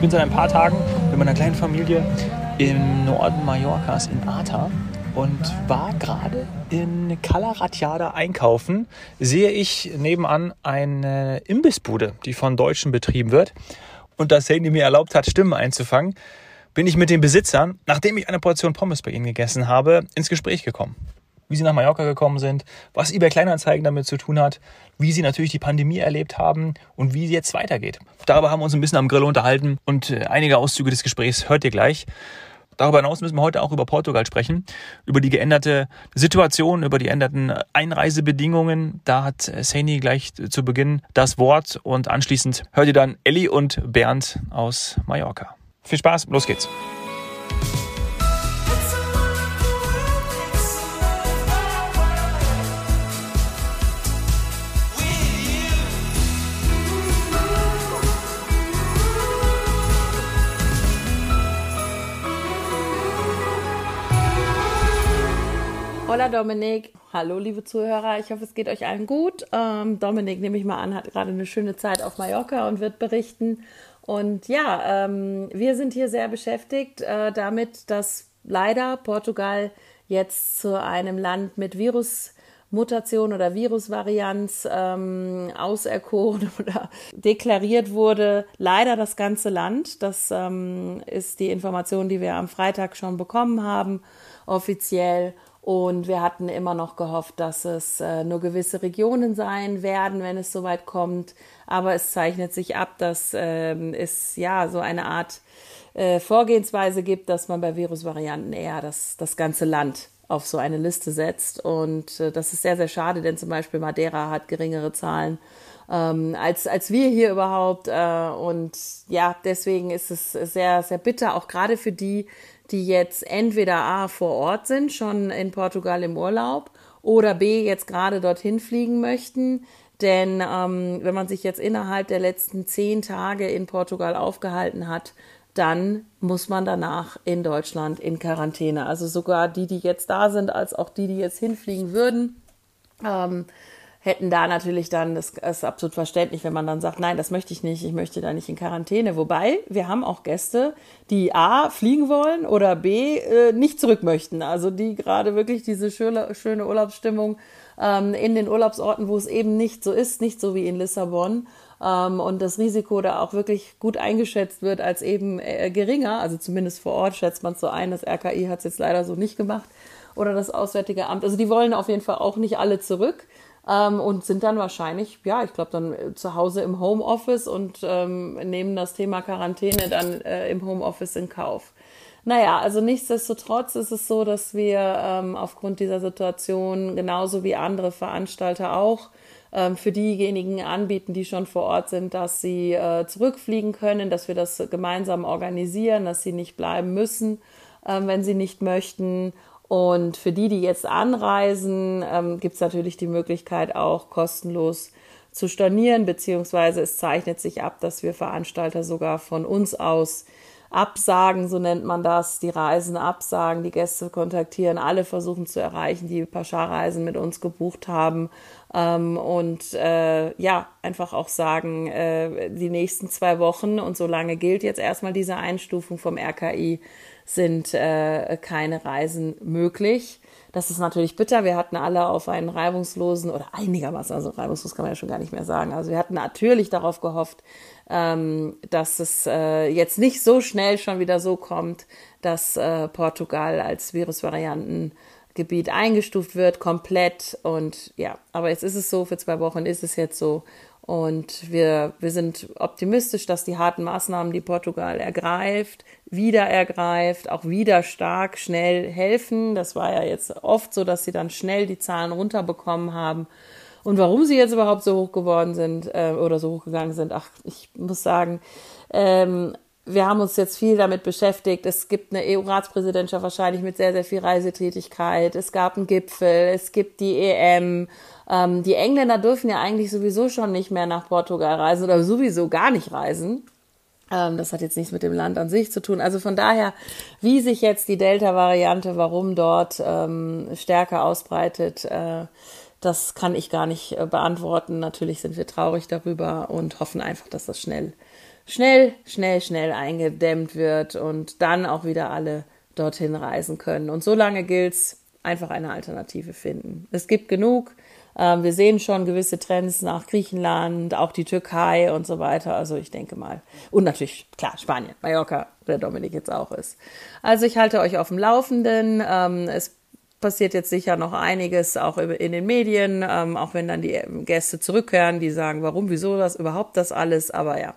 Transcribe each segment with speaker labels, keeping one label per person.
Speaker 1: bin seit ein paar Tagen mit meiner kleinen Familie im Norden Mallorcas, in Ata. Und war gerade in Cala Ratjada einkaufen, sehe ich nebenan eine Imbissbude, die von Deutschen betrieben wird. Und das Handy mir erlaubt hat, Stimmen einzufangen, bin ich mit den Besitzern, nachdem ich eine Portion Pommes bei ihnen gegessen habe, ins Gespräch gekommen wie sie nach Mallorca gekommen sind, was eBay Kleinanzeigen damit zu tun hat, wie sie natürlich die Pandemie erlebt haben und wie es jetzt weitergeht. Darüber haben wir uns ein bisschen am Grill unterhalten und äh, einige Auszüge des Gesprächs hört ihr gleich. Darüber hinaus müssen wir heute auch über Portugal sprechen, über die geänderte Situation, über die änderten Einreisebedingungen. Da hat äh, Saini gleich zu Beginn das Wort und anschließend hört ihr dann Elli und Bernd aus Mallorca. Viel Spaß, los geht's.
Speaker 2: Hola Dominik. Hallo liebe Zuhörer, ich hoffe es geht euch allen gut. Ähm, Dominik, nehme ich mal an, hat gerade eine schöne Zeit auf Mallorca und wird berichten. Und ja, ähm, wir sind hier sehr beschäftigt äh, damit, dass leider Portugal jetzt zu einem Land mit Virusmutation oder Virusvarianz ähm, auserkoren oder deklariert wurde. Leider das ganze Land. Das ähm, ist die Information, die wir am Freitag schon bekommen haben, offiziell. Und wir hatten immer noch gehofft, dass es äh, nur gewisse Regionen sein werden, wenn es soweit kommt. Aber es zeichnet sich ab, dass ähm, es ja so eine Art äh, Vorgehensweise gibt, dass man bei Virusvarianten eher das, das ganze Land auf so eine Liste setzt. Und äh, das ist sehr, sehr schade, denn zum Beispiel Madeira hat geringere Zahlen ähm, als, als wir hier überhaupt. Äh, und ja, deswegen ist es sehr, sehr bitter, auch gerade für die, die jetzt entweder A vor Ort sind, schon in Portugal im Urlaub, oder B jetzt gerade dorthin fliegen möchten. Denn ähm, wenn man sich jetzt innerhalb der letzten zehn Tage in Portugal aufgehalten hat, dann muss man danach in Deutschland in Quarantäne. Also sogar die, die jetzt da sind, als auch die, die jetzt hinfliegen würden. Ähm, hätten da natürlich dann, das ist absolut verständlich, wenn man dann sagt, nein, das möchte ich nicht, ich möchte da nicht in Quarantäne. Wobei, wir haben auch Gäste, die A, fliegen wollen oder B, äh, nicht zurück möchten. Also die gerade wirklich diese schöne, schöne Urlaubsstimmung ähm, in den Urlaubsorten, wo es eben nicht so ist, nicht so wie in Lissabon. Ähm, und das Risiko da auch wirklich gut eingeschätzt wird als eben äh, geringer. Also zumindest vor Ort schätzt man es so ein. Das RKI hat es jetzt leider so nicht gemacht. Oder das Auswärtige Amt. Also die wollen auf jeden Fall auch nicht alle zurück. Ähm, und sind dann wahrscheinlich, ja, ich glaube, dann äh, zu Hause im Homeoffice und ähm, nehmen das Thema Quarantäne dann äh, im Homeoffice in Kauf. Naja, also nichtsdestotrotz ist es so, dass wir ähm, aufgrund dieser Situation genauso wie andere Veranstalter auch ähm, für diejenigen anbieten, die schon vor Ort sind, dass sie äh, zurückfliegen können, dass wir das gemeinsam organisieren, dass sie nicht bleiben müssen, äh, wenn sie nicht möchten und für die, die jetzt anreisen, ähm, gibt es natürlich die Möglichkeit auch kostenlos zu stornieren, beziehungsweise es zeichnet sich ab, dass wir Veranstalter sogar von uns aus absagen, so nennt man das, die Reisen absagen, die Gäste kontaktieren, alle versuchen zu erreichen, die Pascha-Reisen mit uns gebucht haben ähm, und äh, ja, einfach auch sagen, äh, die nächsten zwei Wochen und so lange gilt jetzt erstmal diese Einstufung vom RKI, sind äh, keine Reisen möglich. Das ist natürlich bitter. Wir hatten alle auf einen reibungslosen oder einigermaßen, also reibungslos kann man ja schon gar nicht mehr sagen. Also wir hatten natürlich darauf gehofft, ähm, dass es äh, jetzt nicht so schnell schon wieder so kommt, dass äh, Portugal als Virusvariantengebiet eingestuft wird, komplett. Und ja, aber jetzt ist es so, für zwei Wochen ist es jetzt so. Und wir, wir sind optimistisch, dass die harten Maßnahmen, die Portugal ergreift, wieder ergreift, auch wieder stark, schnell helfen. Das war ja jetzt oft so, dass sie dann schnell die Zahlen runterbekommen haben. Und warum sie jetzt überhaupt so hoch geworden sind äh, oder so hochgegangen sind, ach, ich muss sagen, ähm, wir haben uns jetzt viel damit beschäftigt. Es gibt eine EU-Ratspräsidentschaft wahrscheinlich mit sehr, sehr viel Reisetätigkeit. Es gab einen Gipfel, es gibt die EM. Ähm, die Engländer dürfen ja eigentlich sowieso schon nicht mehr nach Portugal reisen oder sowieso gar nicht reisen. Ähm, das hat jetzt nichts mit dem Land an sich zu tun. Also von daher, wie sich jetzt die Delta-Variante, warum dort ähm, stärker ausbreitet, äh, das kann ich gar nicht äh, beantworten. Natürlich sind wir traurig darüber und hoffen einfach, dass das schnell schnell, schnell, schnell eingedämmt wird und dann auch wieder alle dorthin reisen können. Und so lange gilt's einfach eine Alternative finden. Es gibt genug. Ähm, wir sehen schon gewisse Trends nach Griechenland, auch die Türkei und so weiter. Also ich denke mal. Und natürlich, klar, Spanien, Mallorca, der Dominik jetzt auch ist. Also ich halte euch auf dem Laufenden. Ähm, es passiert jetzt sicher noch einiges auch in den Medien, ähm, auch wenn dann die Gäste zurückkehren, die sagen, warum, wieso das, überhaupt das alles. Aber ja,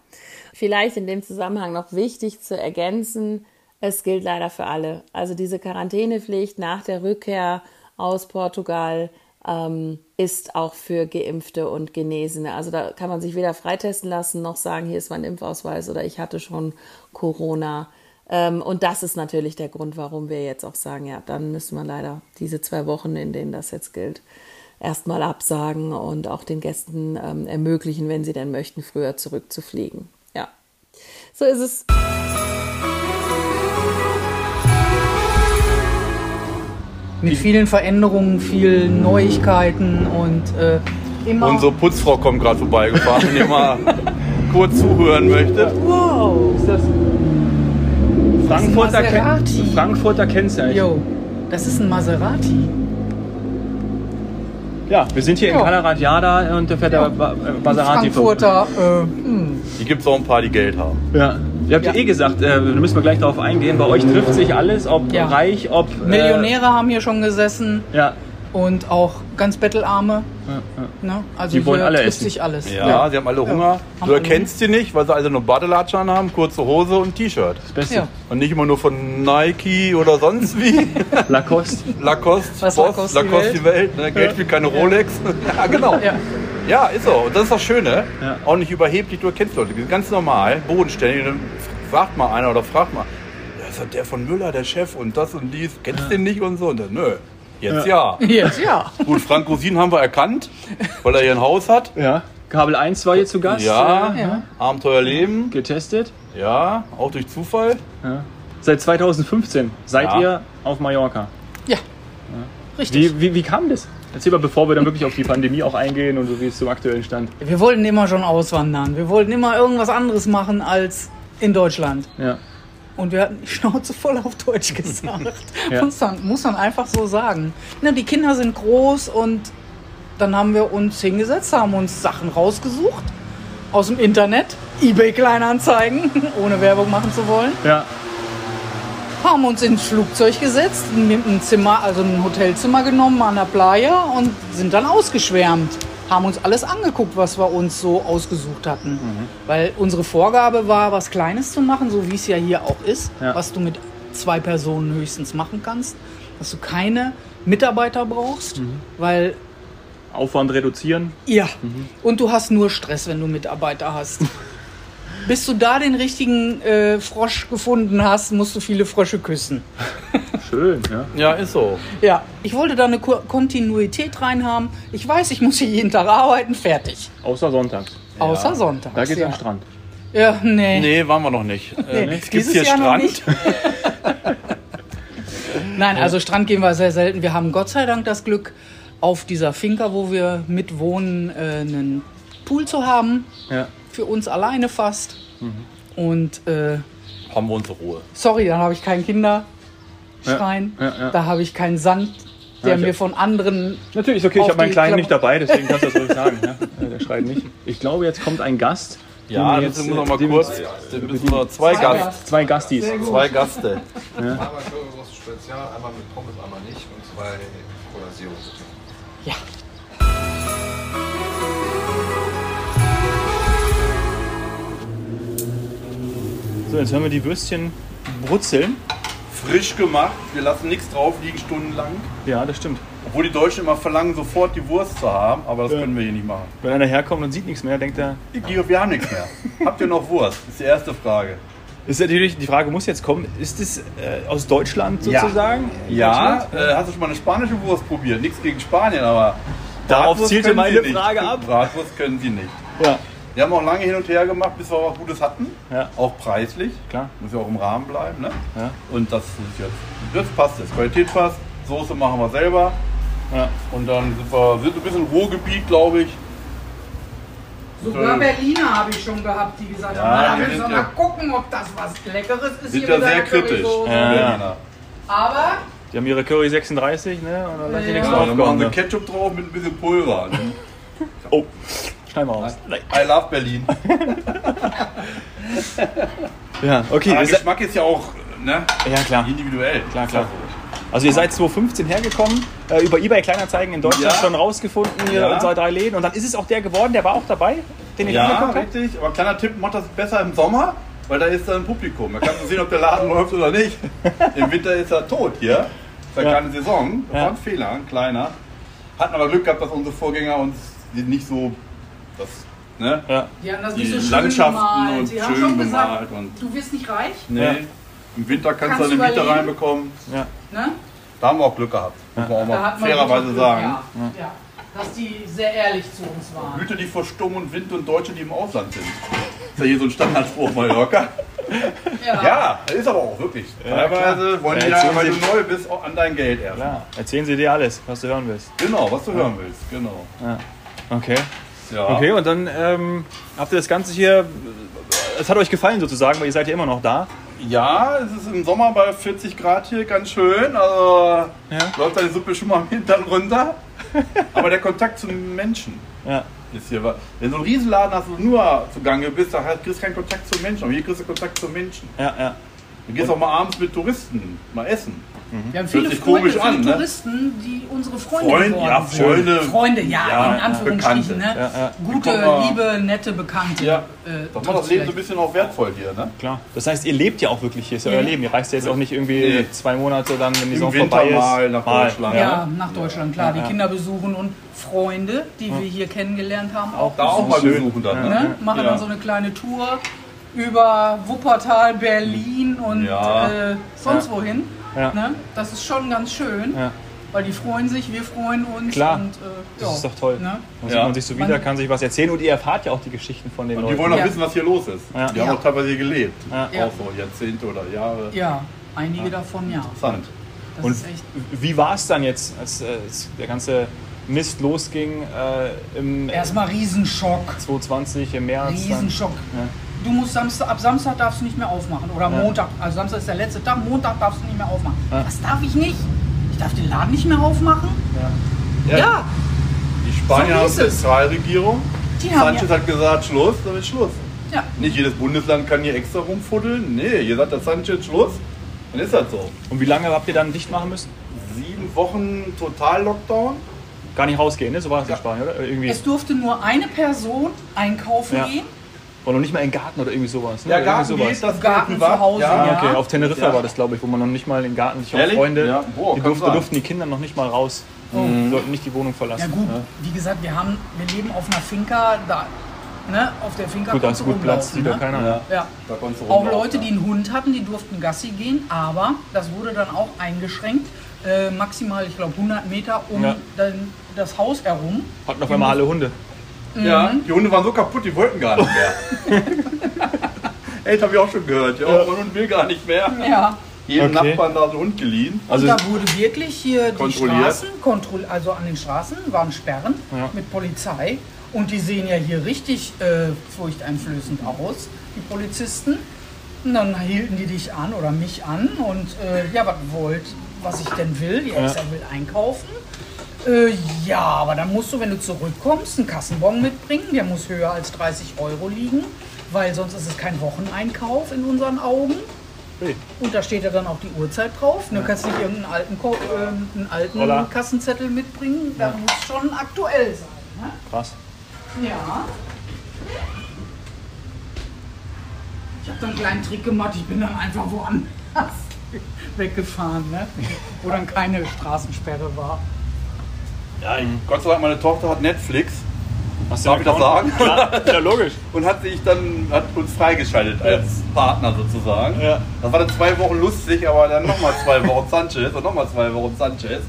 Speaker 2: vielleicht in dem Zusammenhang noch wichtig zu ergänzen, es gilt leider für alle. Also diese Quarantänepflicht nach der Rückkehr aus Portugal ähm, ist auch für Geimpfte und Genesene. Also da kann man sich weder freitesten lassen noch sagen, hier ist mein Impfausweis oder ich hatte schon Corona. Ähm, und das ist natürlich der Grund, warum wir jetzt auch sagen, ja, dann müssen wir leider diese zwei Wochen, in denen das jetzt gilt, erstmal absagen und auch den Gästen ähm, ermöglichen, wenn sie denn möchten, früher zurückzufliegen. Ja, so ist es.
Speaker 3: mit vielen Veränderungen, vielen Neuigkeiten und äh, immer.
Speaker 4: Unsere Putzfrau kommt gerade vorbeigefahren, wenn ihr mal kurz zuhören möchtet.
Speaker 3: wow!
Speaker 5: Ist das Frankfurter,
Speaker 3: Das ist ein Maserati.
Speaker 5: Ken Frankfurter Kennzeichen.
Speaker 3: Yo, das ist ein Maserati.
Speaker 1: Ja, wir sind hier in
Speaker 3: Ja.
Speaker 1: Kalaradiada und da fährt der Ba- äh, Maserati vor.
Speaker 3: Frankfurter. Äh, hm.
Speaker 4: Die gibt es auch ein paar, die Geld haben.
Speaker 1: Ja.
Speaker 5: Ihr habt ja.
Speaker 3: Ja.
Speaker 5: eh gesagt, äh, da müssen wir gleich darauf eingehen. Bei euch trifft sich alles, ob
Speaker 3: Ja.
Speaker 5: reich, ob. äh,
Speaker 3: Millionäre haben hier schon gesessen
Speaker 5: Ja.
Speaker 3: und auch ganz Bettelarme. Ne? Also
Speaker 5: Die wollen
Speaker 3: hier
Speaker 5: alle
Speaker 3: trifft
Speaker 5: essen.
Speaker 3: sich alles.
Speaker 4: Ja, sie haben alle Hunger.
Speaker 3: Haben
Speaker 4: Du
Speaker 3: alle
Speaker 4: erkennst sie nicht, weil sie alle nur Badelatschen an haben, kurze Hose und T-Shirt.
Speaker 5: Das Beste.
Speaker 3: Ja.
Speaker 4: Und nicht immer nur von Nike oder sonst wie.
Speaker 5: Lacoste.
Speaker 4: Lacoste,
Speaker 3: Was
Speaker 4: Boss,
Speaker 3: Lacoste
Speaker 4: Lacoste,
Speaker 3: die
Speaker 4: die Welt. Ne? Geld spielt keine Rolex. Ja, genau.
Speaker 3: Ja.
Speaker 4: Ja. ist so. Und das ist das Schöne.
Speaker 5: Ja.
Speaker 4: Auch nicht überheblich, du erkennst Leute. Die sind ganz normal, bodenständig. Und dann fragt mal einer oder fragt mal, ja, ist das der von Müller, der Chef und das und dies. Kennst du den nicht und so? Und dann, nö. Jetzt ja.
Speaker 3: Jetzt, ja.
Speaker 4: Gut, Frank Rosin haben wir erkannt, weil er hier ein Haus hat.
Speaker 5: Ja. Kabel 1 war hier zu Gast.
Speaker 4: Ja,
Speaker 5: Äh,
Speaker 3: Ja.
Speaker 4: Abenteuerleben.
Speaker 5: getestet.
Speaker 4: Ja, auch durch Zufall.
Speaker 5: Ja. Seit 2015 seid
Speaker 4: Ja.
Speaker 5: ihr auf Mallorca.
Speaker 3: Ja. Richtig.
Speaker 5: Wie, wie, wie kam das? Erzähl mal, bevor wir dann wirklich auf die Pandemie auch eingehen und so wie es zum aktuellen Stand.
Speaker 3: Wir wollten immer schon auswandern. Wir wollten immer irgendwas anderes machen als in Deutschland.
Speaker 5: Ja.
Speaker 3: Und wir hatten die Schnauze voll auf Deutsch gesagt.
Speaker 5: Ja.
Speaker 3: muss, man, muss man einfach so sagen. Na, die Kinder sind groß und dann haben wir uns hingesetzt, haben uns Sachen rausgesucht aus dem Internet, eBay-Kleinanzeigen, ohne Werbung machen zu wollen.
Speaker 5: Ja.
Speaker 3: Haben uns ins Flugzeug gesetzt, mit ein Zimmer, also ein Hotelzimmer genommen an der Playa und sind dann ausgeschwärmt. Haben uns alles angeguckt, was wir uns so ausgesucht hatten. Weil unsere Vorgabe war, was Kleines zu machen, so wie es ja hier auch ist,
Speaker 5: Ja.
Speaker 3: was du mit zwei Personen höchstens machen kannst. Dass du keine Mitarbeiter brauchst, weil
Speaker 5: Aufwand reduzieren.
Speaker 3: ja, und du hast nur Stress, wenn du Mitarbeiter hast. Bis du da den richtigen äh, Frosch gefunden hast, musst du viele Frösche küssen.
Speaker 5: Schön, ja.
Speaker 4: Ja, ist so.
Speaker 3: Ja, ich wollte da eine Ko Kontinuität reinhaben. Ich weiß, ich muss hier jeden Tag arbeiten, fertig.
Speaker 5: Außer sonntags.
Speaker 3: Außer Sonntag.
Speaker 5: Da geht's
Speaker 3: ja.
Speaker 5: am Strand.
Speaker 3: Ja, nee.
Speaker 4: Nee, waren wir noch nicht. Äh,
Speaker 3: Nee,
Speaker 4: es gibt
Speaker 3: dieses
Speaker 4: hier
Speaker 3: Jahr noch
Speaker 4: Strand.
Speaker 3: nicht. Nein, also Strand gehen wir sehr selten. Wir haben Gott sei Dank das Glück, auf dieser Finca, wo wir mitwohnen, äh, einen Pool zu haben.
Speaker 5: Ja. Mhm.
Speaker 3: Für uns alleine fast. Und äh,
Speaker 4: Haben wir unsere Ruhe.
Speaker 3: sorry, dann habe ich keinen Kinderschrein.
Speaker 5: Ja, ja, ja.
Speaker 3: Da habe ich keinen Sand, der
Speaker 5: ich-
Speaker 3: mir von anderen
Speaker 5: Natürlich, ist okay,
Speaker 3: Auf
Speaker 5: ich habe meinen
Speaker 3: die
Speaker 5: Kleinen
Speaker 3: Klammer-
Speaker 5: nicht dabei, deswegen kannst du das ruhig sagen. Ja? Äh, Der schreit nicht. Ich glaube, jetzt kommt ein Gast. den
Speaker 4: Ja,
Speaker 5: wir
Speaker 4: jetzt müssen wir
Speaker 5: äh,
Speaker 4: noch mal
Speaker 5: den
Speaker 4: kurz. Dann müssen wir zwei Gast,
Speaker 5: Zwei Gastis.
Speaker 4: zwei Gaste.
Speaker 6: Einmal Currywurst Spezial, einmal mit Pommes, einmal nicht und zwei Cola Zero.
Speaker 1: So, jetzt hören wir die Würstchen brutzeln.
Speaker 4: Frisch gemacht. Wir lassen nichts drauf liegen stundenlang.
Speaker 1: Ja, das stimmt.
Speaker 4: Obwohl die Deutschen immer verlangen, sofort die Wurst zu haben, aber das
Speaker 1: Ja.
Speaker 4: können wir hier nicht machen.
Speaker 1: Wenn einer herkommt und sieht nichts mehr, denkt er,
Speaker 4: Die- Wir haben nichts mehr. Habt ihr noch Wurst? Ist die erste Frage.
Speaker 1: ist natürlich, die Frage muss jetzt kommen, ist es äh, aus Deutschland
Speaker 4: Ja.
Speaker 1: sozusagen?
Speaker 4: Ja,
Speaker 1: Deutschland?
Speaker 4: äh, hast du schon mal eine spanische Wurst probiert? Nichts gegen Spanien, aber.
Speaker 1: Darauf
Speaker 4: Bratwurst
Speaker 1: zielte
Speaker 4: können
Speaker 1: meine
Speaker 4: sie nicht.
Speaker 1: Frage ab.
Speaker 4: Bratwurst können sie nicht.
Speaker 1: Ja.
Speaker 4: Wir haben auch lange hin und her gemacht, bis wir was Gutes hatten.
Speaker 1: Ja.
Speaker 4: Auch preislich.
Speaker 1: Klar.
Speaker 4: Muss ja auch im Rahmen bleiben. Ne?
Speaker 1: Ja.
Speaker 4: Und das ist jetzt. Jetzt passt es. Qualität passt. Soße machen wir selber.
Speaker 1: Ja.
Speaker 4: Und dann sind wir sind ein bisschen Ruhrgebiet, glaube ich.
Speaker 3: Sogar Berliner habe ich schon gehabt, die gesagt
Speaker 4: Ähm. Ja,
Speaker 3: haben,
Speaker 4: die
Speaker 3: na, da müssen
Speaker 4: sind
Speaker 3: wir
Speaker 4: ja-
Speaker 3: mal gucken, ob das was Leckeres ist.
Speaker 4: Sind
Speaker 3: hier
Speaker 4: ja
Speaker 3: mit
Speaker 4: sehr
Speaker 3: deiner
Speaker 4: kritisch.
Speaker 3: Currysoße.
Speaker 5: Ja.
Speaker 4: Berliner.
Speaker 3: Aber äh,
Speaker 5: Die haben ihre Curry 36, ne? Und dann lassen die nichts
Speaker 4: Ja, dann machen
Speaker 5: draufkommen.
Speaker 4: sie
Speaker 5: Ne?
Speaker 4: Ketchup drauf mit ein bisschen Pulver. Ne?
Speaker 5: Oh, schneiden wir raus.
Speaker 4: I love Berlin.
Speaker 5: Ja, okay.
Speaker 4: Aber
Speaker 5: ihr se-
Speaker 4: Geschmack ist ja auch ne,
Speaker 5: Ja, klar.
Speaker 4: individuell.
Speaker 5: Klar, klar. Also ihr seid 2015 hergekommen, äh, über eBay Kleinanzeigen in Deutschland
Speaker 4: Ja.
Speaker 5: schon rausgefunden, hier
Speaker 4: Ja.
Speaker 5: unsere drei Läden. Und dann ist es auch der geworden, der war auch dabei, den ihr
Speaker 4: Ja,
Speaker 5: angeguckt habt.
Speaker 4: richtig. Aber kleiner Tipp, macht das besser im Sommer, weil da ist dann Publikum. Da kannst du sehen, ob der Laden läuft oder nicht. Im Winter ist er tot hier. Ist ja,
Speaker 5: Ja.
Speaker 4: keine Saison. Das
Speaker 5: Ja.
Speaker 4: war ein Fehler, ein kleiner. Hatten aber Glück gehabt, dass unsere Vorgänger uns nicht so das, ne,
Speaker 5: Ja.
Speaker 3: die haben das
Speaker 4: die
Speaker 3: nicht so schön
Speaker 4: Landschaften
Speaker 3: gemalt.
Speaker 4: und
Speaker 3: Sie haben
Speaker 4: schön
Speaker 3: schon gesagt,
Speaker 4: gemalt und-
Speaker 3: du wirst nicht reich,
Speaker 4: nee.
Speaker 5: Ja.
Speaker 4: Im Winter kannst,
Speaker 3: Kannst
Speaker 4: du deine Miete
Speaker 3: überleben.
Speaker 4: reinbekommen.
Speaker 3: ne?
Speaker 4: Da haben wir auch Glück gehabt, muss man auch
Speaker 3: Da
Speaker 4: mal
Speaker 3: hat man
Speaker 4: fairerweise
Speaker 3: Glück,
Speaker 4: sagen. ne?
Speaker 3: Ja. Ja. Dass die sehr ehrlich zu uns waren.
Speaker 4: Hüte die vor Sturm und Wind und Deutsche, die im Ausland sind. Ist ja hier so ein Standardspruch Mallorca. Ja, ist aber auch wirklich. Teilweise wollen die
Speaker 5: Ja,
Speaker 4: ja,
Speaker 5: jetzt
Speaker 4: weil
Speaker 5: sehen
Speaker 4: du neu bist, auch an dein Geld erst.
Speaker 5: Klar. Erzählen sie dir alles, was du hören willst.
Speaker 4: Genau, was du hören willst, genau.
Speaker 5: Okay.
Speaker 4: Ja.
Speaker 5: Okay, und dann ähm, habt ihr das Ganze hier. Es hat euch gefallen sozusagen, weil ihr seid ja immer noch da.
Speaker 4: ja, es ist im Sommer bei 40 Grad hier ganz schön. Also läuft deine Suppe schon mal am Hintern runter. aber der Kontakt zu den Menschen
Speaker 5: Ja.
Speaker 4: ist hier. wa- Wenn du einen Riesenladen hast, wo du nur zugange bist, da hast- kriegst du keinen Kontakt zu Menschen. Aber hier kriegst du Kontakt zu Menschen.
Speaker 5: Ja, ja.
Speaker 4: Du gehst auch mal abends mit Touristen mal essen.
Speaker 3: Wir haben viele
Speaker 4: Hört sich
Speaker 3: Freunde,
Speaker 4: komisch
Speaker 3: viele
Speaker 4: an, ne?
Speaker 3: Touristen, die unsere Freunde
Speaker 4: Freunde,
Speaker 3: geworden
Speaker 4: ja,
Speaker 3: sind.
Speaker 4: Freunde.
Speaker 3: Freunde, ja,
Speaker 4: Ja,
Speaker 3: in Anführungsstrichen.
Speaker 4: Bekannte.
Speaker 3: Ne?
Speaker 5: Ja,
Speaker 4: Guck
Speaker 3: Gute,
Speaker 4: mal.
Speaker 3: liebe, nette Bekannte.
Speaker 4: Ja.
Speaker 3: Äh,
Speaker 4: Das macht das Leben so ein bisschen auch wertvoll hier, ne?
Speaker 5: Klar. Das heißt, ihr lebt ja auch wirklich hier, ist ja
Speaker 3: Ja.
Speaker 5: euer Leben. Ihr reist ja jetzt auch nicht irgendwie
Speaker 4: Nee.
Speaker 5: zwei Monate lang, wenn die
Speaker 4: Im
Speaker 5: Saison
Speaker 4: Winter
Speaker 5: vorbei ist.
Speaker 4: mal nach Deutschland.
Speaker 5: Ja.
Speaker 3: ja, nach Deutschland, klar. Die Kinder besuchen und Freunde, die wir hier kennengelernt haben, auch.
Speaker 4: Da auch mal besuchen dann, ne?
Speaker 3: ne? Machen
Speaker 4: Ja.
Speaker 3: dann so eine kleine Tour über Wuppertal, Berlin und
Speaker 4: Ja.
Speaker 3: äh, sonst wohin.
Speaker 5: Ja.
Speaker 3: Ne? Das ist schon ganz schön,
Speaker 5: Ja.
Speaker 3: weil die freuen sich, wir freuen uns.
Speaker 5: Klar.
Speaker 3: Und, äh,
Speaker 5: Das
Speaker 3: ja,
Speaker 5: ist doch toll.
Speaker 3: Ne?
Speaker 4: Ja.
Speaker 5: Dann sieht man sich so wieder, kann sich was erzählen und ihr erfahrt ja auch die Geschichten von den
Speaker 4: Und
Speaker 5: Leuten.
Speaker 4: die wollen auch
Speaker 3: Ja.
Speaker 4: wissen, was hier los ist.
Speaker 5: Ja.
Speaker 4: Die haben
Speaker 3: Ja.
Speaker 4: auch teilweise hier gelebt.
Speaker 5: Ja.
Speaker 4: Auch so Jahrzehnte oder Jahre.
Speaker 3: Ja, einige davon ja.
Speaker 4: Interessant.
Speaker 3: Das
Speaker 5: Und
Speaker 3: ist echt.
Speaker 5: wie war es dann jetzt, als, äh, als der ganze Mist losging äh, im
Speaker 3: Erstmal Riesenschock.
Speaker 5: 2020 im März?
Speaker 3: Riesenschock. Du musst Samstag, ab Samstag darfst du nicht mehr aufmachen. Oder Montag. Also Samstag ist der letzte Tag, Montag darfst du nicht mehr aufmachen. Was darf ich nicht? Ich darf den Laden nicht mehr aufmachen? Ja,
Speaker 4: Die Spanier
Speaker 3: So
Speaker 4: haben
Speaker 3: hieß es.
Speaker 4: Zentralregierung.
Speaker 3: die haben
Speaker 4: Sanchez
Speaker 3: ja,
Speaker 4: hat gesagt, Schluss, damit ist Schluss.
Speaker 3: ja.
Speaker 4: Nicht jedes Bundesland kann hier extra rumfuddeln. Nee, hier sagt der Sanchez Schluss, dann ist das so.
Speaker 5: Und wie lange habt ihr dann dicht machen müssen?
Speaker 4: Sieben Wochen Total-Lockdown.
Speaker 5: Gar nicht rausgehen, ne? So war das in Spanien, oder? Oder Irgendwie.
Speaker 3: Es durfte nur eine Person einkaufen
Speaker 5: Ja.
Speaker 3: gehen.
Speaker 5: Und noch nicht mal in den Garten oder irgendwie sowas. Ne?
Speaker 4: Ja,
Speaker 5: Oder
Speaker 4: Garten
Speaker 5: irgendwie
Speaker 4: geht, das
Speaker 3: Garten
Speaker 4: geht privat.
Speaker 3: zu Hause,
Speaker 4: Ja.
Speaker 3: ja.
Speaker 5: Ah, okay, auf Teneriffa
Speaker 4: Ja.
Speaker 5: war das, glaube ich, wo man noch nicht mal in den Garten, ich habe
Speaker 4: Ehrlich?
Speaker 5: Freunde,
Speaker 4: Ja. Boah,
Speaker 5: die
Speaker 4: kann
Speaker 5: durften,
Speaker 4: sein.
Speaker 5: durften die Kinder noch nicht mal raus. Die sollten nicht die Wohnung verlassen.
Speaker 3: Ja gut, wie gesagt, wir, haben, wir leben auf einer Finca. Da, ne? Auf der Finca
Speaker 5: Gut, da Oh,
Speaker 3: kannst
Speaker 5: ist
Speaker 3: du
Speaker 5: gut Platz, sieht
Speaker 3: rumlaufen,
Speaker 5: doch
Speaker 3: ne?
Speaker 5: keiner.
Speaker 4: Ja.
Speaker 3: Ja.
Speaker 4: Da konntest du
Speaker 3: Auch
Speaker 4: rumlaufen,
Speaker 3: Leute,
Speaker 4: ja.
Speaker 3: die einen Hund hatten, die durften Gassi gehen, aber das wurde dann auch eingeschränkt. Äh, maximal, ich glaube, 100 Meter um
Speaker 5: Ja.
Speaker 3: dann das Haus herum.
Speaker 5: Hatten auf einmal alle Hunde.
Speaker 4: Ja, die Hunde waren so kaputt, die wollten gar nicht mehr. Ey, das habe ich auch schon gehört. Ja, man Hund will gar nicht mehr.
Speaker 3: Ja.
Speaker 4: Jedem
Speaker 5: Okay.
Speaker 4: Nachbarn da einen Hund geliehen.
Speaker 5: Also,
Speaker 3: und da wurde wirklich hier die
Speaker 4: Kontrolliert.
Speaker 3: Straßen, kontroll also an den Straßen waren Sperren mit Polizei. Und die sehen ja hier richtig äh, furchteinflößend aus, die Polizisten. Und dann hielten die dich an oder mich an und äh, ja, was wollt, was ich denn will. Ja, ich sag, will einkaufen. Äh, ja, aber dann musst du, wenn du zurückkommst, einen Kassenbon mitbringen. Der muss höher als 30 Euro liegen, weil sonst ist es kein Wocheneinkauf in unseren Augen. Und da steht ja dann auch die Uhrzeit drauf. Du kannst nicht irgendeinen alten, Ko äh, einen alten
Speaker 5: Holla.
Speaker 3: Kassenzettel mitbringen. Da muss schon aktuell sein.
Speaker 5: krass.
Speaker 3: Ne? Ja. Ich habe dann einen kleinen Trick gemacht. Ich bin dann einfach woanders weggefahren, ne? wo dann keine Straßensperre war.
Speaker 4: Ja, ich, Gott sei Dank, meine Tochter hat Netflix
Speaker 5: Hast
Speaker 4: Darf ich das
Speaker 5: Account?
Speaker 4: sagen?
Speaker 5: Klar, ja, logisch.
Speaker 4: und hat sich dann hat uns freigeschaltet als Partner sozusagen.
Speaker 5: Ja.
Speaker 4: Das war dann zwei Wochen lustig, aber dann nochmal zwei Wochen Sanchez und nochmal zwei Wochen Sanchez.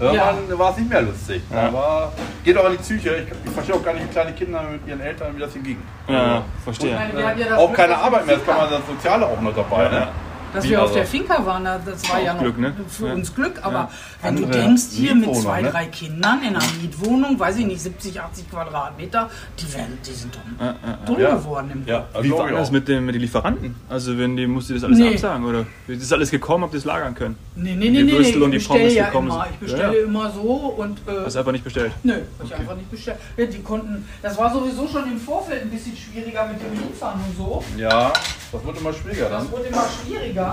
Speaker 4: Irgendwann war es nicht mehr lustig. Da war, geht auch an die Psyche. Ich, ich verstehe auch gar nicht, wie kleine Kinder mit ihren Eltern, wie das hier ging.
Speaker 5: Ja, ja, verstehe.
Speaker 3: Wir hatten ja das
Speaker 4: auch
Speaker 3: Glück,
Speaker 4: keine
Speaker 3: dass wir
Speaker 4: Arbeit mehr, jetzt
Speaker 3: Kinder
Speaker 4: kann man das Soziale auch noch dabei. Ne?
Speaker 3: Dass
Speaker 5: Wie
Speaker 3: wir auf
Speaker 5: also?
Speaker 3: der Finca waren, da- das war ja noch
Speaker 5: Glück, ne?
Speaker 3: für
Speaker 5: Ja.
Speaker 3: uns Glück. Aber wenn du
Speaker 4: Andere
Speaker 3: denkst, hier mit
Speaker 4: Mietwohnung,
Speaker 3: zwei,
Speaker 4: ne?
Speaker 3: drei Kindern in einer Mietwohnung, weiß ich nicht, 70, 80 Quadratmeter, die, werden, die sind doch dumm
Speaker 4: ja.
Speaker 3: geworden im
Speaker 4: Ja,
Speaker 5: Wie
Speaker 4: glaub
Speaker 5: war
Speaker 4: ich
Speaker 5: das
Speaker 4: auch.
Speaker 5: mit, dem, mit den Lieferanten? Also wenn die musst du das alles
Speaker 3: Nee.
Speaker 5: absagen oder ist das alles gekommen, habt ihr es lagern können?
Speaker 3: Nee, nee,
Speaker 5: Die
Speaker 3: nee, nee, nee.
Speaker 5: Würstel und die
Speaker 3: ich bestelle
Speaker 5: Pommes
Speaker 3: ja
Speaker 5: gekommen
Speaker 3: immer.
Speaker 5: sind.
Speaker 3: Ich bestelle
Speaker 5: Ja, ja.
Speaker 3: immer so und äh,
Speaker 5: Hast einfach nicht bestellt.
Speaker 3: Nö, hab ich einfach nicht bestellt. Ja, die konnten, das war sowieso schon im Vorfeld ein bisschen schwieriger mit dem Liefern und so.
Speaker 4: Ja, das wird immer schwieriger
Speaker 3: Das
Speaker 4: dann.
Speaker 3: wurde immer schwieriger.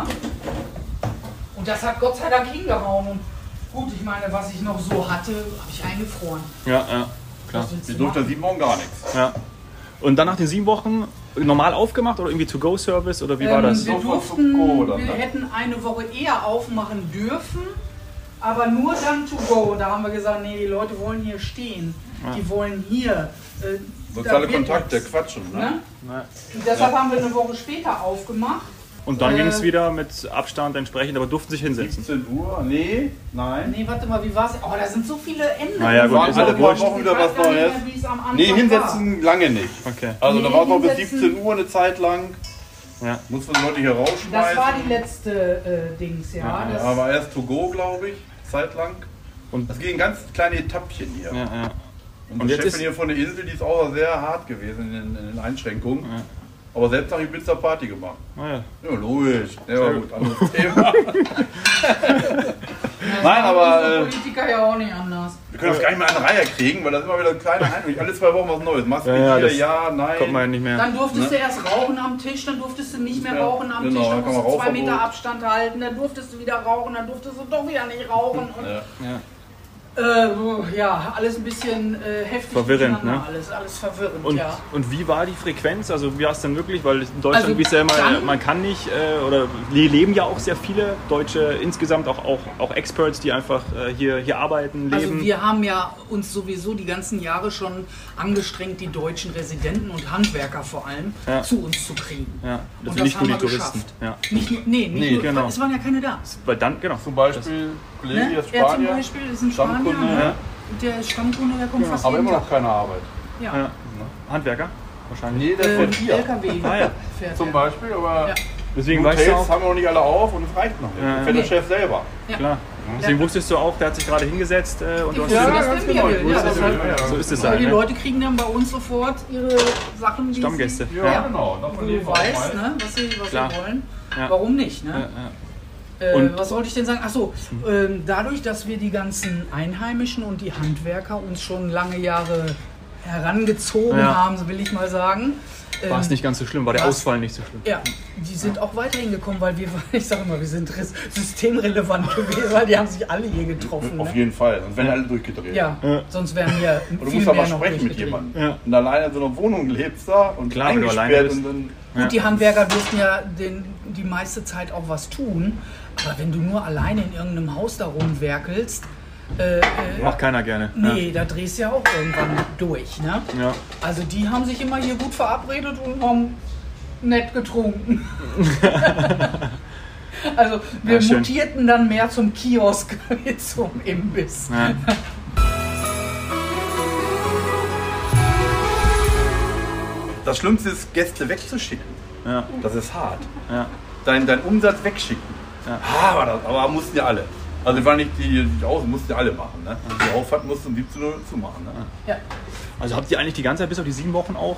Speaker 3: Und das hat Gott sei Dank hingehauen. Und gut, ich meine, was ich noch so hatte, habe ich eingefroren.
Speaker 5: Ja, ja, klar.
Speaker 3: Was willst
Speaker 4: Die
Speaker 3: du
Speaker 4: durfte
Speaker 3: machen?
Speaker 4: sieben Wochen gar nichts.
Speaker 5: Ja. Und dann nach den sieben Wochen normal aufgemacht oder irgendwie To-Go-Service oder wie war
Speaker 3: Ähm,
Speaker 5: das?
Speaker 3: Wir
Speaker 4: Sofort zu
Speaker 3: durften,
Speaker 4: Co, dann,
Speaker 3: wir
Speaker 4: ne?
Speaker 3: hätten eine Woche eher aufmachen dürfen, aber nur dann to go. Da haben wir gesagt, nee, die Leute wollen hier stehen. Die wollen hier. Äh,
Speaker 4: Soziale
Speaker 3: da wird
Speaker 4: Kontakte,
Speaker 3: nix,
Speaker 4: quatschen. Ne?
Speaker 3: Ne? Und deshalb haben wir eine Woche später aufgemacht.
Speaker 5: Und dann
Speaker 3: Äh,
Speaker 5: ging es wieder mit Abstand entsprechend, aber durften sich hinsetzen.
Speaker 4: 17 Uhr? Nee, nein.
Speaker 3: Nee, warte mal, wie war's? Oh, da sind so viele Enden.
Speaker 5: Naja, gut,
Speaker 4: Waren
Speaker 5: ist
Speaker 4: alle
Speaker 5: auch
Speaker 4: paar
Speaker 5: wurscht.
Speaker 4: Wochen wieder was Neues. Nee, hinsetzen lange nicht.
Speaker 5: Okay.
Speaker 4: Also da
Speaker 3: Nee,
Speaker 4: war es noch bis
Speaker 3: hinsetzen.
Speaker 4: 17 Uhr eine Zeit lang.
Speaker 5: Ja.
Speaker 4: Muss man die Leute hier
Speaker 3: Das war die
Speaker 4: rausschmeißen.
Speaker 3: letzte äh, Dings, ja.
Speaker 4: Ja,
Speaker 3: Das,
Speaker 4: aber erst to go, glaube ich, Zeit lang.
Speaker 5: Und-
Speaker 4: das ging ganz kleine Etappchen hier.
Speaker 5: Ja, ja.
Speaker 4: Und,
Speaker 5: Und
Speaker 4: und
Speaker 5: jetzt
Speaker 4: jetzt
Speaker 5: ist-
Speaker 4: hier von der Insel, die ist auch sehr hart gewesen in, den- in den Einschränkungen.
Speaker 5: Ja.
Speaker 4: Aber selbst habe ich Pizza Party gemacht.
Speaker 5: Naja.
Speaker 4: Ja, logisch. Ja,
Speaker 5: Sehr
Speaker 4: gut, anderes Thema. Nein, aber äh,
Speaker 3: Politiker ja auch nicht anders.
Speaker 4: wir können das gar nicht mehr an die Reihe kriegen, weil das ist immer wieder ein kleiner Einblick. Alle zwei Wochen was Neues. Machst du
Speaker 5: Ja,
Speaker 4: ja,
Speaker 5: ja,
Speaker 4: hier,
Speaker 5: das
Speaker 4: ja, nein.
Speaker 5: Kommt man ja nicht mehr.
Speaker 3: Dann durftest du erst rauchen am Tisch, dann durftest du nicht mehr
Speaker 4: Ja,
Speaker 3: rauchen am
Speaker 4: genau,
Speaker 3: Tisch,
Speaker 4: da
Speaker 3: dann
Speaker 4: kann
Speaker 3: musst
Speaker 4: man
Speaker 3: du zwei
Speaker 4: Rauchverbot.
Speaker 3: Meter Abstand halten, dann durftest du wieder rauchen, dann durftest du doch wieder nicht rauchen. Und,
Speaker 4: Ja.
Speaker 3: Äh, ja, alles ein bisschen äh, heftig.
Speaker 5: Verwirrend,
Speaker 3: durcheinander,
Speaker 5: ne?
Speaker 3: Alles, alles verwirrend,
Speaker 5: Und,
Speaker 3: ja.
Speaker 5: und wie war die Frequenz? Also wie war es denn wirklich? Weil in Deutschland
Speaker 3: Also
Speaker 5: wie es ja immer,
Speaker 3: dann-
Speaker 5: man kann nicht, äh, oder hier leben ja auch sehr viele Deutsche, insgesamt auch, auch, auch Experts, die einfach äh, hier, hier arbeiten, leben.
Speaker 3: Also wir haben ja uns sowieso die ganzen Jahre schon angestrengt, die deutschen Residenten und Handwerker vor allem
Speaker 5: Ja.
Speaker 3: zu uns zu kriegen.
Speaker 5: ja, das
Speaker 3: Und
Speaker 5: sind nicht
Speaker 3: haben
Speaker 5: nur die
Speaker 3: wir
Speaker 5: Touristen.
Speaker 3: geschafft.
Speaker 5: Ja.
Speaker 3: Nicht nur, nee, nicht
Speaker 5: Nee,
Speaker 3: nur,
Speaker 5: genau.
Speaker 3: es waren ja keine da.
Speaker 5: Weil dann, genau.
Speaker 4: Zum Beispiel, Kollege
Speaker 3: Ne?
Speaker 4: hier ist
Speaker 3: Er zum
Speaker 4: Spanier,
Speaker 3: Beispiel ist ein
Speaker 4: Stammkunde,
Speaker 3: Spanier, ne?
Speaker 4: ja.
Speaker 3: Und der Stammkunde, der kommt fast
Speaker 4: aber
Speaker 3: jeden
Speaker 4: immer noch
Speaker 3: Tag.
Speaker 4: keine Arbeit.
Speaker 3: Ja.
Speaker 5: Ja. Handwerker? Wahrscheinlich.
Speaker 4: Nee, der
Speaker 3: Ähm,
Speaker 4: fährt hier.
Speaker 3: LKW
Speaker 5: Ah, ja.
Speaker 3: fährt
Speaker 4: Zum
Speaker 3: er.
Speaker 4: Beispiel, aber
Speaker 3: Ja.
Speaker 5: Deswegen weißt du
Speaker 4: Hotels
Speaker 5: auch,
Speaker 4: haben wir noch nicht alle auf und es reicht noch nicht.
Speaker 5: Ja,
Speaker 4: Ja,
Speaker 5: ja.
Speaker 4: Fährt der
Speaker 3: Nee.
Speaker 4: Chef selber.
Speaker 5: klar. Deswegen wusstest du auch, der hat sich gerade hingesetzt äh, und du hast
Speaker 3: Ja,
Speaker 5: dir
Speaker 3: das
Speaker 5: gedacht,
Speaker 3: kennen
Speaker 4: genau.
Speaker 3: wir. Ja, das
Speaker 4: Ja,
Speaker 3: heißt,
Speaker 4: ja, ja.
Speaker 5: so ist es
Speaker 3: aber
Speaker 5: halt.
Speaker 3: die
Speaker 5: Ne?
Speaker 3: Leute kriegen dann bei uns sofort ihre Sachen, die
Speaker 5: Stammgäste.
Speaker 3: Sie,
Speaker 4: Ja, genau. Davon
Speaker 3: wo
Speaker 4: leben
Speaker 3: du
Speaker 4: wir auch
Speaker 3: weißt,
Speaker 4: mal.
Speaker 3: ne, was sie, was sie
Speaker 5: Klar.
Speaker 3: wollen.
Speaker 5: Ja.
Speaker 3: Warum nicht?
Speaker 5: Ja,
Speaker 3: Ne?
Speaker 5: ja.
Speaker 3: Äh,
Speaker 5: Und- Hm.
Speaker 3: was wollte ich denn sagen? Achso, ähm, dadurch, dass wir die ganzen Einheimischen und die Handwerker uns schon lange Jahre herangezogen
Speaker 5: Ja.
Speaker 3: haben, so will ich mal sagen.
Speaker 5: War es
Speaker 3: ähm,
Speaker 5: nicht ganz so schlimm, war der
Speaker 3: was?
Speaker 5: Ausfall nicht so schlimm.
Speaker 3: Ja, die sind auch weiterhin gekommen, weil wir, ich sag immer, wir sind res- systemrelevant gewesen, weil die haben sich alle hier getroffen.
Speaker 4: Auf
Speaker 3: Ne?
Speaker 4: jeden Fall. Und wenn alle durchgedreht.
Speaker 3: Ja, sonst wären wir
Speaker 4: Und du
Speaker 3: viel
Speaker 4: musst
Speaker 3: mehr
Speaker 4: aber
Speaker 3: noch
Speaker 4: sprechen mit
Speaker 3: durchgedreht.
Speaker 4: jemandem.
Speaker 5: Ja.
Speaker 4: Und alleine in so einer Wohnung lebst da und
Speaker 5: Klar, wenn du
Speaker 4: eingesperrt
Speaker 5: alleine bist.
Speaker 4: und dann.
Speaker 3: Gut, die Handwerker dürfen ja den, die meiste Zeit auch was tun, aber wenn du nur alleine in irgendeinem Haus da rumwerkelst, äh, äh,
Speaker 5: Macht keiner gerne.
Speaker 3: nee, da drehst du ja auch irgendwann durch. Ne?
Speaker 5: Ja.
Speaker 3: Also die haben sich immer hier gut verabredet und haben nett getrunken. also wir
Speaker 5: Ja, schön.
Speaker 3: mutierten dann mehr zum Kiosk wie zum Imbiss.
Speaker 5: Ja. Ja.
Speaker 4: Das Schlimmste ist, Gäste wegzuschicken.
Speaker 5: Ja.
Speaker 4: Das ist hart.
Speaker 5: Ja.
Speaker 4: Dein, dein Umsatz wegschicken.
Speaker 5: Ja.
Speaker 4: Ah, war das, aber mussten ja alle. Also waren nicht die, die außen mussten ja alle machen. Ne? Die Auffahrt musste um 17 Uhr zu machen. Ne?
Speaker 3: Ja.
Speaker 5: Also habt ihr eigentlich die ganze Zeit bis auf die sieben Wochen auch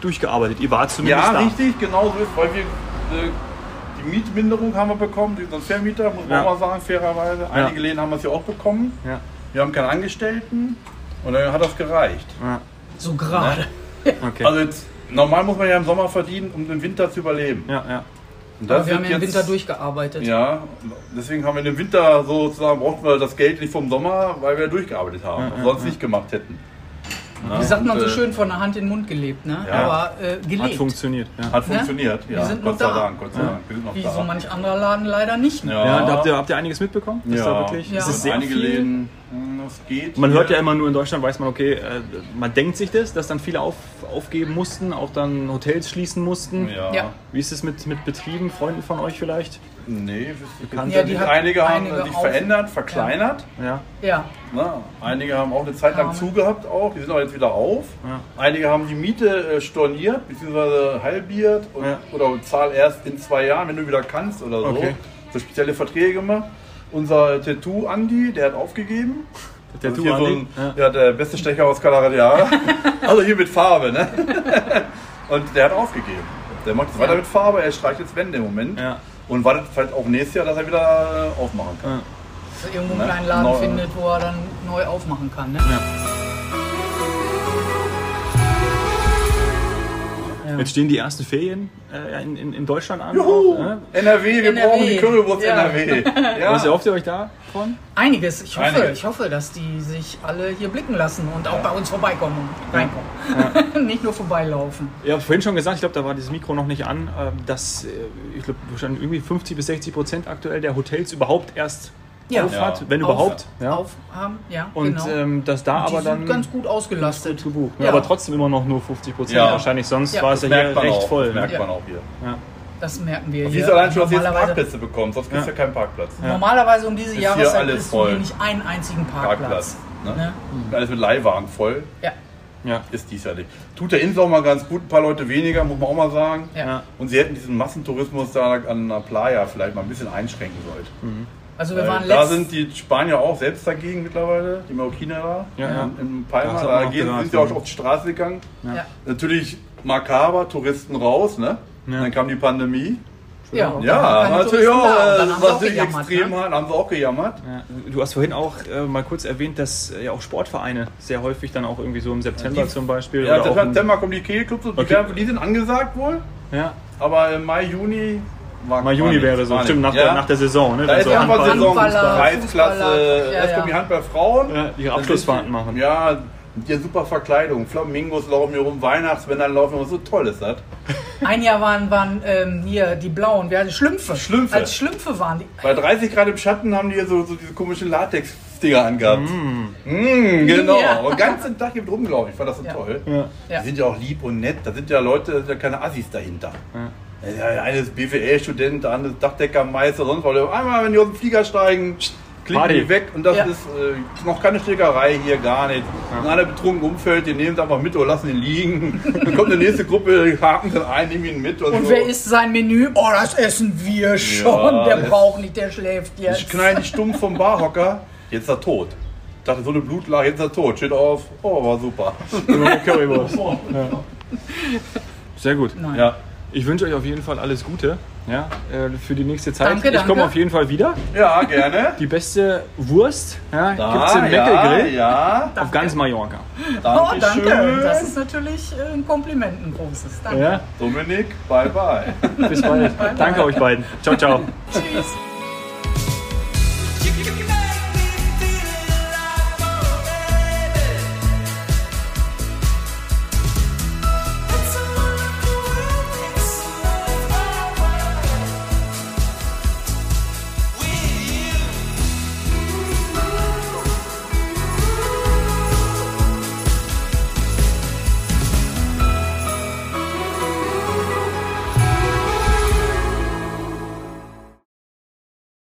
Speaker 5: durchgearbeitet? Ihr wart zumindest
Speaker 4: Ja,
Speaker 5: da.
Speaker 4: richtig, genau so ist, weil wir äh, die Mietminderung haben wir bekommen, die sind Vermieter, muss man
Speaker 5: Ja.
Speaker 4: auch mal sagen, fairerweise. Einige Läden haben es ja auch bekommen.
Speaker 5: Ja.
Speaker 4: Wir haben keine Angestellten und dann hat das gereicht.
Speaker 5: Ja.
Speaker 3: So gerade.
Speaker 5: Okay.
Speaker 4: Also jetzt, normal muss man ja im Sommer verdienen, um den Winter zu überleben.
Speaker 5: ja, ja.
Speaker 4: Und
Speaker 3: Aber wir haben
Speaker 4: wird
Speaker 3: ja im
Speaker 4: jetzt-
Speaker 3: Winter durchgearbeitet.
Speaker 4: Ja, deswegen haben wir im Winter sozusagen, brauchten wir das Geld nicht vom Sommer, weil wir durchgearbeitet haben, was wir sonst nicht gemacht hätten.
Speaker 3: Wie sagt man
Speaker 4: Und,
Speaker 3: so
Speaker 4: äh,
Speaker 3: schön, von der Hand in den Mund gelebt, ne?
Speaker 4: Ja.
Speaker 3: Aber äh,
Speaker 5: Hat
Speaker 3: gelebt.
Speaker 5: funktioniert. Ja.
Speaker 4: Hat funktioniert,
Speaker 3: Wir
Speaker 4: ja.
Speaker 3: sind
Speaker 4: Gott
Speaker 3: noch
Speaker 4: sei
Speaker 3: da.
Speaker 4: Dank, Gott sei Dank. Wir sind noch
Speaker 3: Wie so
Speaker 4: da.
Speaker 3: manch anderer Laden leider nicht. Ne?
Speaker 5: Ja, da habt ihr, habt ihr einiges mitbekommen? Dass Da wirklich,
Speaker 3: Ja.
Speaker 5: Es ist sehr
Speaker 4: einige
Speaker 5: viel.
Speaker 4: Läden, mh, es geht.
Speaker 5: Man hört
Speaker 4: hier.
Speaker 5: ja immer nur in Deutschland, weiß man, okay, äh, man denkt sich das, dass dann viele auf, aufgeben mussten, auch dann Hotels schließen mussten.
Speaker 4: Ja.
Speaker 3: Ja.
Speaker 5: Wie ist es mit, mit Betrieben, Freunden von euch vielleicht?
Speaker 4: Nee, wüsste ich
Speaker 5: Kannst
Speaker 4: nicht.
Speaker 5: Ja,
Speaker 3: die
Speaker 4: Nicht.
Speaker 3: hat
Speaker 4: einige haben
Speaker 3: einige
Speaker 4: sich
Speaker 3: auf-
Speaker 4: verändert, verkleinert.
Speaker 5: Ja.
Speaker 3: Ja.
Speaker 4: Ne? Einige haben auch eine Zeit lang
Speaker 3: Ja.
Speaker 4: zugehabt, auch. die sind auch jetzt wieder auf.
Speaker 5: Ja.
Speaker 4: Einige haben die Miete äh, storniert bzw. halbiert und,
Speaker 5: Ja.
Speaker 4: oder zahl erst in zwei Jahren, wenn du wieder kannst oder so.
Speaker 5: Okay.
Speaker 4: So spezielle Verträge gemacht. Unser Tattoo Andi, der hat aufgegeben.
Speaker 5: Der
Speaker 4: Das ist hier so ein,
Speaker 5: Dualing. Ja.
Speaker 4: ja, der äh, beste Stecher aus Calaradia. also hier mit Farbe, ne? Und der hat aufgegeben. Der macht jetzt weiter mit Farbe, er streicht jetzt Wände im Moment.
Speaker 5: Ja.
Speaker 4: Und wartet vielleicht auch nächstes Jahr, dass er wieder äh, aufmachen kann.
Speaker 3: Dass er irgendwo einen
Speaker 4: Ne?
Speaker 3: kleinen Laden
Speaker 4: Neu-
Speaker 3: findet, wo er dann neu aufmachen kann. Ne?
Speaker 5: Jetzt stehen die ersten Ferien äh, in, in, in Deutschland an.
Speaker 4: Juhu!
Speaker 5: Auch, ne?
Speaker 4: NRW, wir
Speaker 3: NRW.
Speaker 4: brauchen die Currywurst
Speaker 3: Ja.
Speaker 4: NRW. Ja.
Speaker 5: Was erhofft ihr euch davon?
Speaker 3: Einiges. Ich hoffe,
Speaker 4: Einiges.
Speaker 3: ich hoffe, dass die sich alle hier blicken lassen und auch bei uns vorbeikommen und reinkommen. Nicht nur vorbeilaufen.
Speaker 5: Ihr habt vorhin schon gesagt, ich glaube, da war dieses Mikro noch nicht an, ähm, dass äh, ich glaube, wahrscheinlich irgendwie 50 bis 60 Prozent aktuell der Hotels überhaupt erst
Speaker 3: Ja.
Speaker 5: auf hat,
Speaker 4: Ja. äh,
Speaker 5: wenn überhaupt. ja.
Speaker 3: Aufhaben, ja,
Speaker 5: Und
Speaker 3: genau.
Speaker 5: ähm, dass da
Speaker 3: die
Speaker 5: aber dann
Speaker 3: sind ganz gut ausgelastet.
Speaker 5: gebucht.
Speaker 3: Ja.
Speaker 5: Aber trotzdem immer noch nur 50 Prozent
Speaker 4: Ja.
Speaker 5: wahrscheinlich, sonst
Speaker 3: Ja.
Speaker 5: war es ja
Speaker 4: Das
Speaker 5: hier recht
Speaker 4: auch.
Speaker 5: voll.
Speaker 4: Das merkt
Speaker 5: Ne?
Speaker 3: Ja.
Speaker 4: man auch hier.
Speaker 5: Ja.
Speaker 3: Das merken wir
Speaker 4: Siehst
Speaker 3: hier.
Speaker 4: du allein schon, dass du jetzt
Speaker 3: Normalerweise-
Speaker 4: Parkplätze bekommst, sonst kriegst du ja. keinen Parkplatz.
Speaker 3: Normalerweise um diese
Speaker 4: hier
Speaker 3: Jahreszeit
Speaker 4: alles
Speaker 3: kriegst du hier
Speaker 4: voll.
Speaker 3: nicht einen einzigen Parkplatz.
Speaker 4: Parkplatz. Ne?
Speaker 3: Ne?
Speaker 4: Alles mit Leihwagen voll.
Speaker 3: Ja,
Speaker 5: Ja.
Speaker 4: Ist dies ja nicht. Tut der Insel auch mal ganz gut, ein paar Leute weniger, muss man auch mal sagen.
Speaker 3: ja.
Speaker 5: Ja.
Speaker 4: Und sie hätten diesen Massentourismus da an der Playa vielleicht mal ein bisschen einschränken sollen.
Speaker 3: Also wir waren
Speaker 4: Weil Da
Speaker 3: letzt-
Speaker 4: sind die Spanier auch selbst dagegen mittlerweile, die Marokkiner da,
Speaker 5: Ja, ja.
Speaker 4: in- in
Speaker 5: Ja, das
Speaker 4: Palma,
Speaker 5: hat man
Speaker 4: da
Speaker 5: auch
Speaker 4: gehen,
Speaker 5: gesagt,
Speaker 4: sind sie auch
Speaker 5: ja.
Speaker 4: auf die Straße gegangen.
Speaker 3: ja.
Speaker 4: Natürlich makaber, Touristen raus, ne?
Speaker 5: Ja.
Speaker 4: Dann kam die Pandemie.
Speaker 3: Ja,
Speaker 4: Ja,
Speaker 3: keine
Speaker 4: war natürlich
Speaker 3: Touristen
Speaker 4: auch,
Speaker 3: da. Und dann
Speaker 4: äh,
Speaker 3: haben sie
Speaker 4: war
Speaker 3: auch
Speaker 4: natürlich
Speaker 3: gejammert,
Speaker 4: extrem
Speaker 3: ne?
Speaker 4: hart, haben sie auch gejammert.
Speaker 5: Ja. Du hast vorhin auch äh, mal kurz erwähnt, dass äh, ja auch Sportvereine sehr häufig dann auch irgendwie so im September
Speaker 4: die-
Speaker 5: zum Beispiel.
Speaker 4: Ja,
Speaker 5: oder auch im-
Speaker 4: September kommen die Kegelclubs und die,
Speaker 5: Okay.
Speaker 4: werden- die sind angesagt wohl,
Speaker 5: ja.
Speaker 4: aber im Mai, Juni war
Speaker 5: Mal Juni
Speaker 4: war
Speaker 5: wäre
Speaker 4: nichts,
Speaker 5: so,
Speaker 4: war
Speaker 5: stimmt, nach,
Speaker 4: nichts.
Speaker 5: der, nach der Saison. Ne?
Speaker 4: Da
Speaker 5: Dann
Speaker 4: ist
Speaker 5: so
Speaker 4: einfach
Speaker 5: Handball,
Speaker 4: Saison,
Speaker 3: Handballer,
Speaker 4: Kreisklasse,
Speaker 3: Fußballer, ja,
Speaker 4: erst kommt die
Speaker 3: ja.
Speaker 4: Handball Frauen.
Speaker 5: Ja, ihre
Speaker 4: dann
Speaker 5: Abschlussfahrten
Speaker 4: sind die-
Speaker 5: machen.
Speaker 4: Ja, mit der super Verkleidung, Flamingos laufen hier rum, Weihnachtsmänner laufen hier rum, so toll ist das.
Speaker 3: Ein Jahr waren, waren ähm, hier die Blauen, wir hatten Schlümpfe.
Speaker 4: Schlümpfe.
Speaker 3: Als Schlümpfe waren die.
Speaker 4: Bei 30 Grad im Schatten haben die hier so, so diese komischen Latex-Dinger angehabt. Mm, genau.
Speaker 3: Ja.
Speaker 4: Und den ganzen Tag hier mit rumgelaufen. Ich fand das so
Speaker 3: Ja.
Speaker 4: toll.
Speaker 5: Ja.
Speaker 3: Ja.
Speaker 4: Die sind ja auch lieb und nett. Da sind ja Leute, da sind ja keine Assis dahinter. Ja. Der eine ist BWL-Student, der andere ist Dachdeckermeister, sonst was. Einmal, wenn die aus dem Flieger steigen, klicken
Speaker 5: Party.
Speaker 4: die weg. Und das
Speaker 3: Ja.
Speaker 4: ist äh, noch keine Schlägerei hier, gar nicht. Wenn einer betrunken umfällt, die nehmen es einfach mit oder lassen ihn liegen. Dann kommt eine nächste Gruppe, die haken dann ein, nehmen ihn mit. Und,
Speaker 3: Und
Speaker 4: so.
Speaker 3: wer isst sein Menü? Oh, das essen wir schon.
Speaker 4: Ja,
Speaker 3: der
Speaker 4: das-
Speaker 3: braucht nicht, der schläft
Speaker 4: Ich
Speaker 3: jetzt.
Speaker 4: knall dich stumm vom Barhocker, jetzt ist er tot. Ich dachte, so eine Blutlage, jetzt ist er tot. Steht auf, oh, war super.
Speaker 5: Immer mit Currywurst. Ja. Sehr gut.
Speaker 3: Nein.
Speaker 4: Ja,
Speaker 5: Ich wünsche euch auf jeden Fall alles Gute ja, äh, für die nächste Zeit.
Speaker 3: Danke,
Speaker 5: Ich komme
Speaker 3: danke.
Speaker 5: auf jeden Fall wieder.
Speaker 4: ja gerne.
Speaker 5: Die beste Wurst ja, gibt es im
Speaker 4: ja,
Speaker 5: Meckelgrill
Speaker 4: ja,
Speaker 5: auf ganz Mallorca.
Speaker 3: Oh,
Speaker 4: danke,
Speaker 3: danke.
Speaker 4: schön.
Speaker 3: Das ist natürlich äh, ein Kompliment, ein großes. Danke.
Speaker 5: Ja,
Speaker 4: Dominik, bye bye.
Speaker 5: bis bald. danke euch beiden. Ciao, ciao.
Speaker 3: Tschüss.